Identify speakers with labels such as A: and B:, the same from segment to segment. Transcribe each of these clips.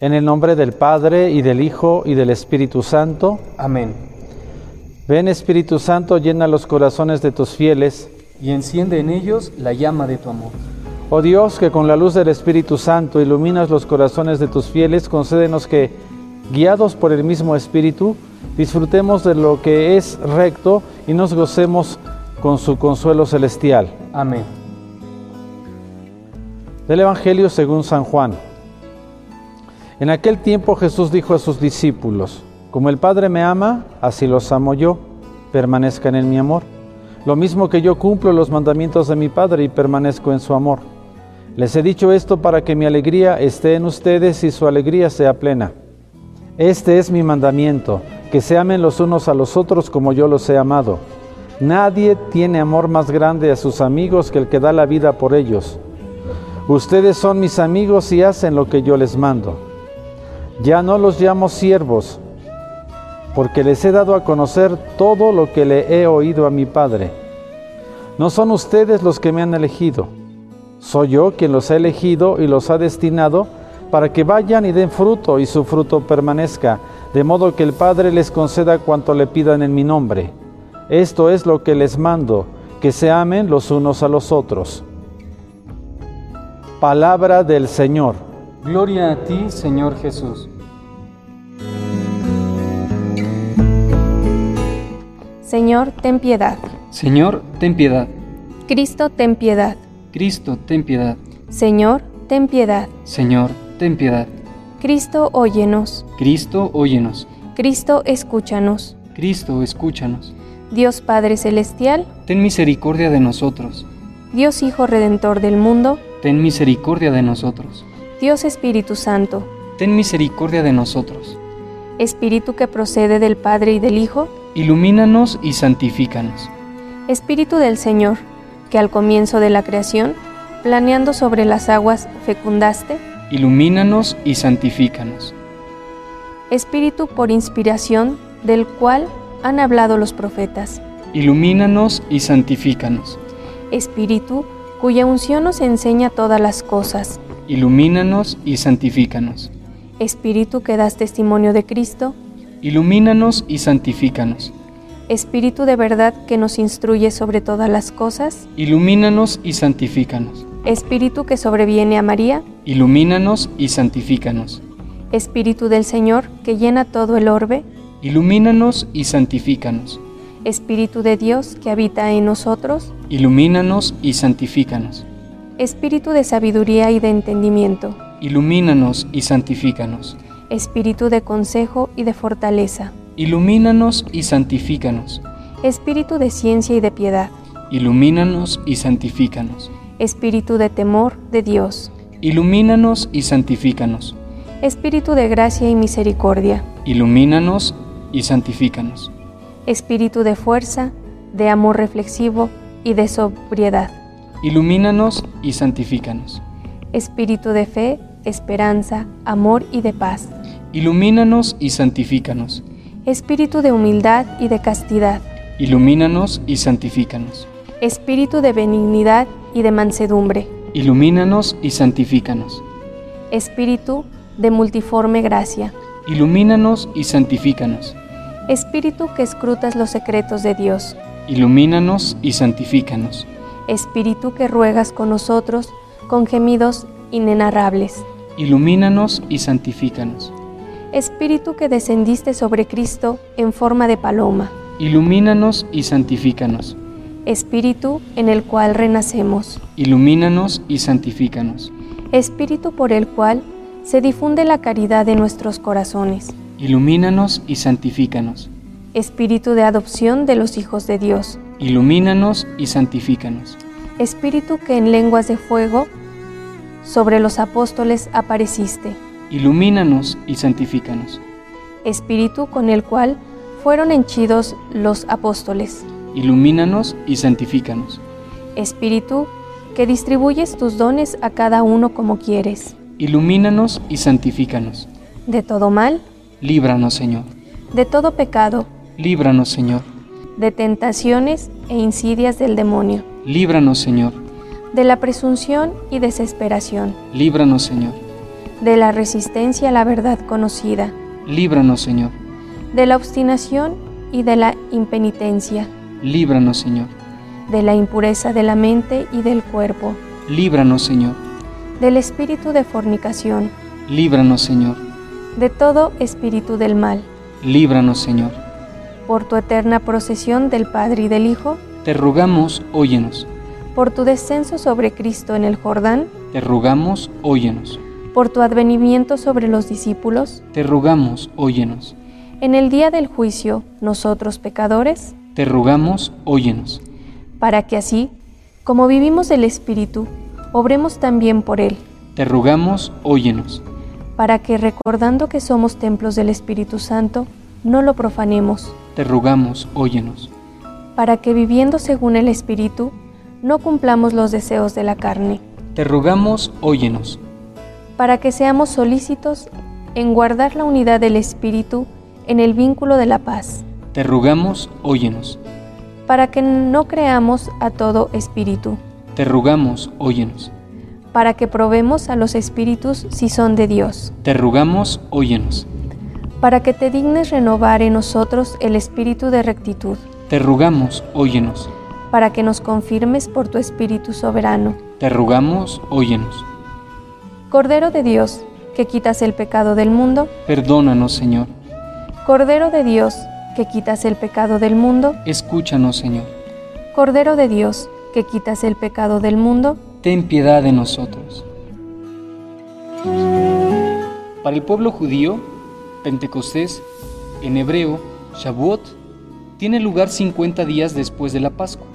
A: En el nombre del Padre y del Hijo y del Espíritu Santo.
B: Amén.
A: Ven Espíritu Santo, llena los corazones de tus fieles.
B: Y enciende en ellos la llama de tu amor.
A: Oh Dios, que con la luz del Espíritu Santo iluminas los corazones de tus fieles, concédenos que, guiados por el mismo Espíritu, disfrutemos de lo que es recto y nos gocemos con su consuelo celestial.
B: Amén.
A: Del Evangelio según San Juan. En aquel tiempo Jesús dijo a sus discípulos, como el Padre me ama, así los amo yo, permanezcan en mi amor. Lo mismo que yo cumplo los mandamientos de mi Padre y permanezco en su amor. Les he dicho esto para que mi alegría esté en ustedes y su alegría sea plena. Este es mi mandamiento, que se amen los unos a los otros como yo los he amado. Nadie tiene amor más grande a sus amigos que el que da la vida por ellos. Ustedes son mis amigos y hacen lo que yo les mando. Ya no los llamo siervos, porque les he dado a conocer todo lo que le he oído a mi Padre. No son ustedes los que me han elegido, soy yo quien los ha elegido y los ha destinado para que vayan y den fruto y su fruto permanezca, de modo que el Padre les conceda cuanto le pidan en mi nombre. Esto es lo que les mando, que se amen los unos a los otros. Palabra del Señor.
B: Gloria a ti, Señor Jesús.
C: Señor, ten piedad.
B: Señor, ten piedad.
C: Cristo, ten piedad.
B: Cristo, ten piedad.
C: Señor, ten piedad.
B: Señor, ten piedad.
C: Cristo, óyenos.
B: Cristo, óyenos.
C: Cristo, escúchanos.
B: Cristo, escúchanos.
C: Dios Padre Celestial,
B: ten misericordia de nosotros.
C: Dios Hijo Redentor del mundo,
B: ten misericordia de nosotros.
C: Dios Espíritu Santo,
B: ten misericordia de nosotros.
C: Espíritu que procede del Padre y del Hijo,
B: ilumínanos y santifícanos.
C: Espíritu del Señor, que al comienzo de la creación, planeando sobre las aguas, fecundaste,
B: ilumínanos y santifícanos.
C: Espíritu por inspiración, del cual han hablado los profetas,
B: ilumínanos y santifícanos.
C: Espíritu cuya unción nos enseña todas las cosas,
B: ilumínanos y santifícanos.
C: Espíritu que das testimonio de Cristo,
B: ilumínanos y santifícanos.
C: Espíritu de verdad que nos instruye sobre todas las cosas,
B: ilumínanos y santifícanos.
C: Espíritu que sobreviene a María,
B: ilumínanos y santifícanos.
C: Espíritu del Señor que llena todo el orbe,
B: ilumínanos y santifícanos.
C: Espíritu de Dios que habita en nosotros,
B: ilumínanos y santifícanos.
C: Espíritu de sabiduría y de entendimiento,
B: ilumínanos y santifícanos.
C: Espíritu de consejo y de fortaleza,
B: Ilumínanos y santifícanos.
C: Espíritu de ciencia y de piedad,
B: Ilumínanos y santifícanos.
C: Espíritu de temor de Dios,
B: Ilumínanos y santifícanos.
C: Espíritu de gracia y misericordia,
B: Ilumínanos y santifícanos.
C: Espíritu de fuerza, de amor reflexivo y de sobriedad,
B: Ilumínanos y santifícanos.
C: Espíritu de fe, esperanza, amor y de paz,
B: Ilumínanos y santifícanos.
C: Espíritu de humildad y de castidad,
B: Ilumínanos y santifícanos.
C: Espíritu de benignidad y de mansedumbre,
B: Ilumínanos y santifícanos.
C: Espíritu de multiforme gracia,
B: Ilumínanos y santifícanos.
C: Espíritu que escrutas los secretos de Dios,
B: Ilumínanos y santifícanos.
C: Espíritu que ruegas con nosotros con gemidos inenarrables,
B: Ilumínanos y santifícanos.
C: Espíritu que descendiste sobre Cristo en forma de paloma,
B: Ilumínanos y santifícanos.
C: Espíritu en el cual renacemos,
B: Ilumínanos y santifícanos.
C: Espíritu por el cual se difunde la caridad de nuestros corazones,
B: Ilumínanos y santifícanos.
C: Espíritu de adopción de los hijos de Dios,
B: Ilumínanos y santifícanos.
C: Espíritu que en lenguas de fuego sobre los apóstoles apareciste,
B: Ilumínanos y santifícanos.
C: Espíritu con el cual fueron henchidos los apóstoles,
B: Ilumínanos y santifícanos.
C: Espíritu que distribuyes tus dones a cada uno como quieres,
B: Ilumínanos y santifícanos.
C: de todo mal,
B: Líbranos, Señor.
C: de todo pecado,
B: Líbranos, Señor.
C: de tentaciones e insidias del demonio,
B: Líbranos, Señor.
C: de la presunción y desesperación,
B: Líbranos, Señor.
C: de la resistencia a la verdad conocida,
B: Líbranos, Señor.
C: de la obstinación y de la impenitencia,
B: Líbranos, Señor.
C: de la impureza de la mente y del cuerpo,
B: Líbranos, Señor.
C: del espíritu de fornicación,
B: Líbranos, Señor.
C: de todo espíritu del mal,
B: Líbranos, Señor.
C: por tu eterna procesión del Padre y del Hijo,
B: Te rogamos, óyenos.
C: por tu descenso sobre Cristo en el Jordán,
B: Te rogamos, óyenos.
C: por tu advenimiento sobre los discípulos,
B: Te rogamos, óyenos.
C: en el día del juicio, nosotros pecadores,
B: Te rogamos, óyenos.
C: para que así, como vivimos el Espíritu, obremos también por Él,
B: Te rogamos, óyenos.
C: para que recordando que somos templos del Espíritu Santo, no lo profanemos,
B: Te rogamos, óyenos.
C: para que viviendo según el Espíritu, no cumplamos los deseos de la carne,
B: Te rogamos, óyenos.
C: para que seamos solícitos en guardar la unidad del Espíritu en el vínculo de la paz,
B: Te rogamos, óyenos.
C: para que no creamos a todo espíritu,
B: Te rogamos, óyenos.
C: para que probemos a los espíritus si son de Dios.
B: Te rogamos, óyenos.
C: para que te dignes renovar en nosotros el espíritu de rectitud,
B: Te rogamos, óyenos.
C: para que nos confirmes por tu espíritu soberano.
B: Te rogamos, óyenos.
C: Cordero de Dios, que quitas el pecado del mundo,
B: Perdónanos, Señor.
C: Cordero de Dios, que quitas el pecado del mundo,
B: Escúchanos, Señor.
C: Cordero de Dios, que quitas el pecado del mundo,
B: Ten piedad de nosotros. Para el pueblo judío, Pentecostés, en hebreo, Shavuot, tiene lugar 50 días después de la Pascua.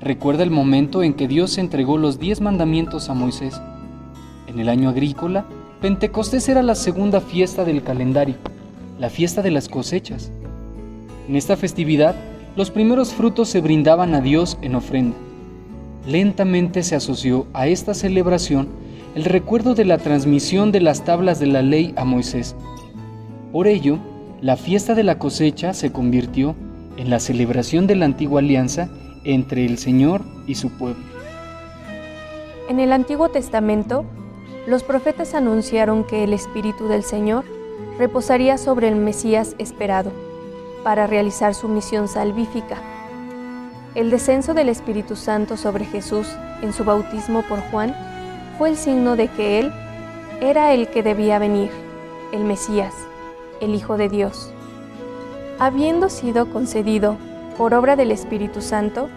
B: Recuerda el momento en que Dios entregó los 10 mandamientos a Moisés. En el año agrícola, Pentecostés era la segunda fiesta del calendario, la fiesta de las cosechas. En esta festividad, los primeros frutos se brindaban a Dios en ofrenda. Lentamente se asoció a esta celebración el recuerdo de la transmisión de las tablas de la ley a Moisés. Por ello, la fiesta de la cosecha se convirtió en la celebración de la antigua alianza entre el Señor y su pueblo.
C: En el Antiguo Testamento, los profetas anunciaron que el Espíritu del Señor reposaría sobre el Mesías esperado para realizar su misión salvífica. El descenso del Espíritu Santo sobre Jesús en su bautismo por Juan fue el signo de que Él era el que debía venir, el Mesías, el Hijo de Dios. Habiendo sido concedido por obra del Espíritu Santo,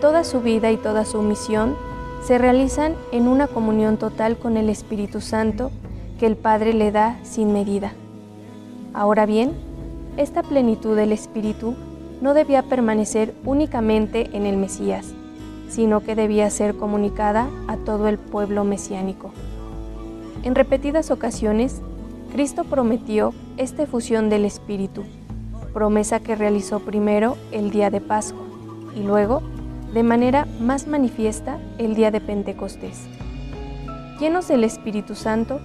C: toda su vida y toda su misión se realizan en una comunión total con el Espíritu Santo que el Padre le da sin medida. Ahora bien, esta plenitud del Espíritu no debía permanecer únicamente en el Mesías, sino que debía ser comunicada a todo el pueblo mesiánico. En repetidas ocasiones, Cristo prometió esta fusión del Espíritu, promesa que realizó primero el día de Pascua y luego, de manera más manifiesta, el día de Pentecostés. Llenos del Espíritu Santo,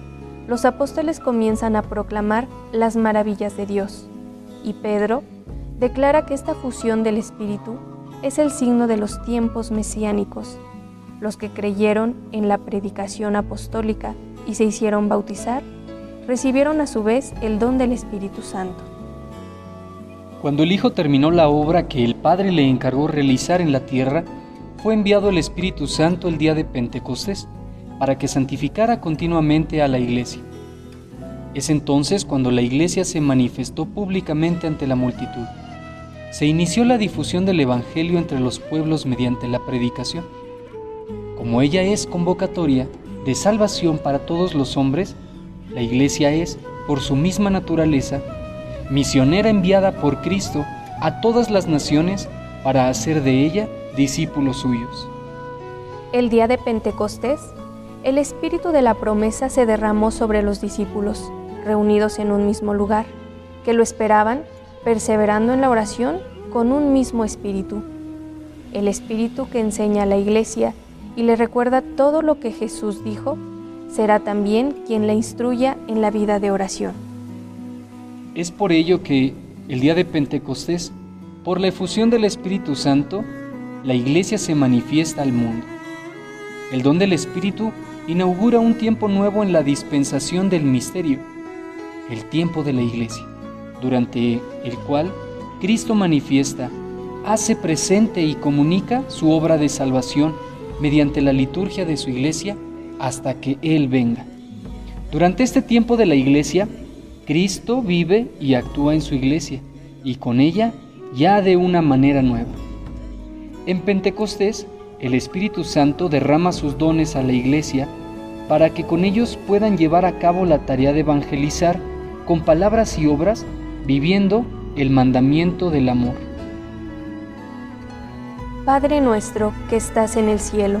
C: los apóstoles comienzan a proclamar las maravillas de Dios y Pedro declara que esta fusión del Espíritu es el signo de los tiempos mesiánicos, los que creyeron en la predicación apostólica y se hicieron bautizar, recibieron a su vez el don del Espíritu Santo.
B: Cuando el Hijo terminó la obra que el Padre le encargó realizar en la tierra, fue enviado el Espíritu Santo el día de Pentecostés, para que santificara continuamente a la iglesia. Es entonces cuando la iglesia se manifestó públicamente ante la multitud. Se inició la difusión del Evangelio entre los pueblos mediante la predicación. Como ella es convocatoria de salvación para todos los hombres, la iglesia es, por su misma naturaleza, misionera enviada por Cristo a todas las naciones para hacer de ella discípulos suyos.
C: El día de Pentecostés, el espíritu de la promesa se derramó sobre los discípulos, reunidos en un mismo lugar, que lo esperaban, perseverando en la oración con un mismo espíritu. El espíritu que enseña a la iglesia y le recuerda todo lo que Jesús dijo, será también quien la instruya en la vida de oración.
B: Es por ello que el día de Pentecostés, por la efusión del Espíritu Santo, la iglesia se manifiesta al mundo. El don del Espíritu inaugura un tiempo nuevo en la dispensación del misterio, el tiempo de la iglesia, durante el cual Cristo manifiesta, hace presente y comunica su obra de salvación mediante la liturgia de su iglesia hasta que Él venga. Durante este tiempo de la iglesia, Cristo vive y actúa en su iglesia y con ella ya de una manera nueva. En Pentecostés, el Espíritu Santo derrama sus dones a la iglesia para que con ellos puedan llevar a cabo la tarea de evangelizar con palabras y obras, viviendo el mandamiento del amor.
C: Padre nuestro que estás en el cielo,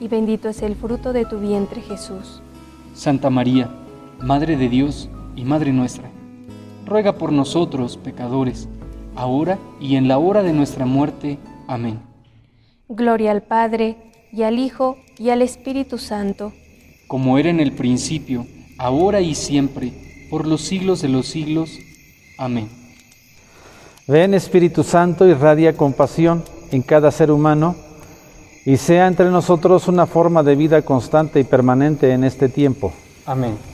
C: y bendito es el fruto de tu vientre Jesús.
B: Santa María, Madre de Dios y Madre nuestra, ruega por nosotros pecadores, ahora y en la hora de nuestra muerte. Amén.
C: Gloria al Padre, y al Hijo, y al Espíritu Santo.
B: Como era en el principio, ahora y siempre, por los siglos de los siglos. Amén.
A: Ven Espíritu Santo, irradia compasión en cada ser humano, y sea entre nosotros una forma de vida constante y permanente en este tiempo.
B: Amén.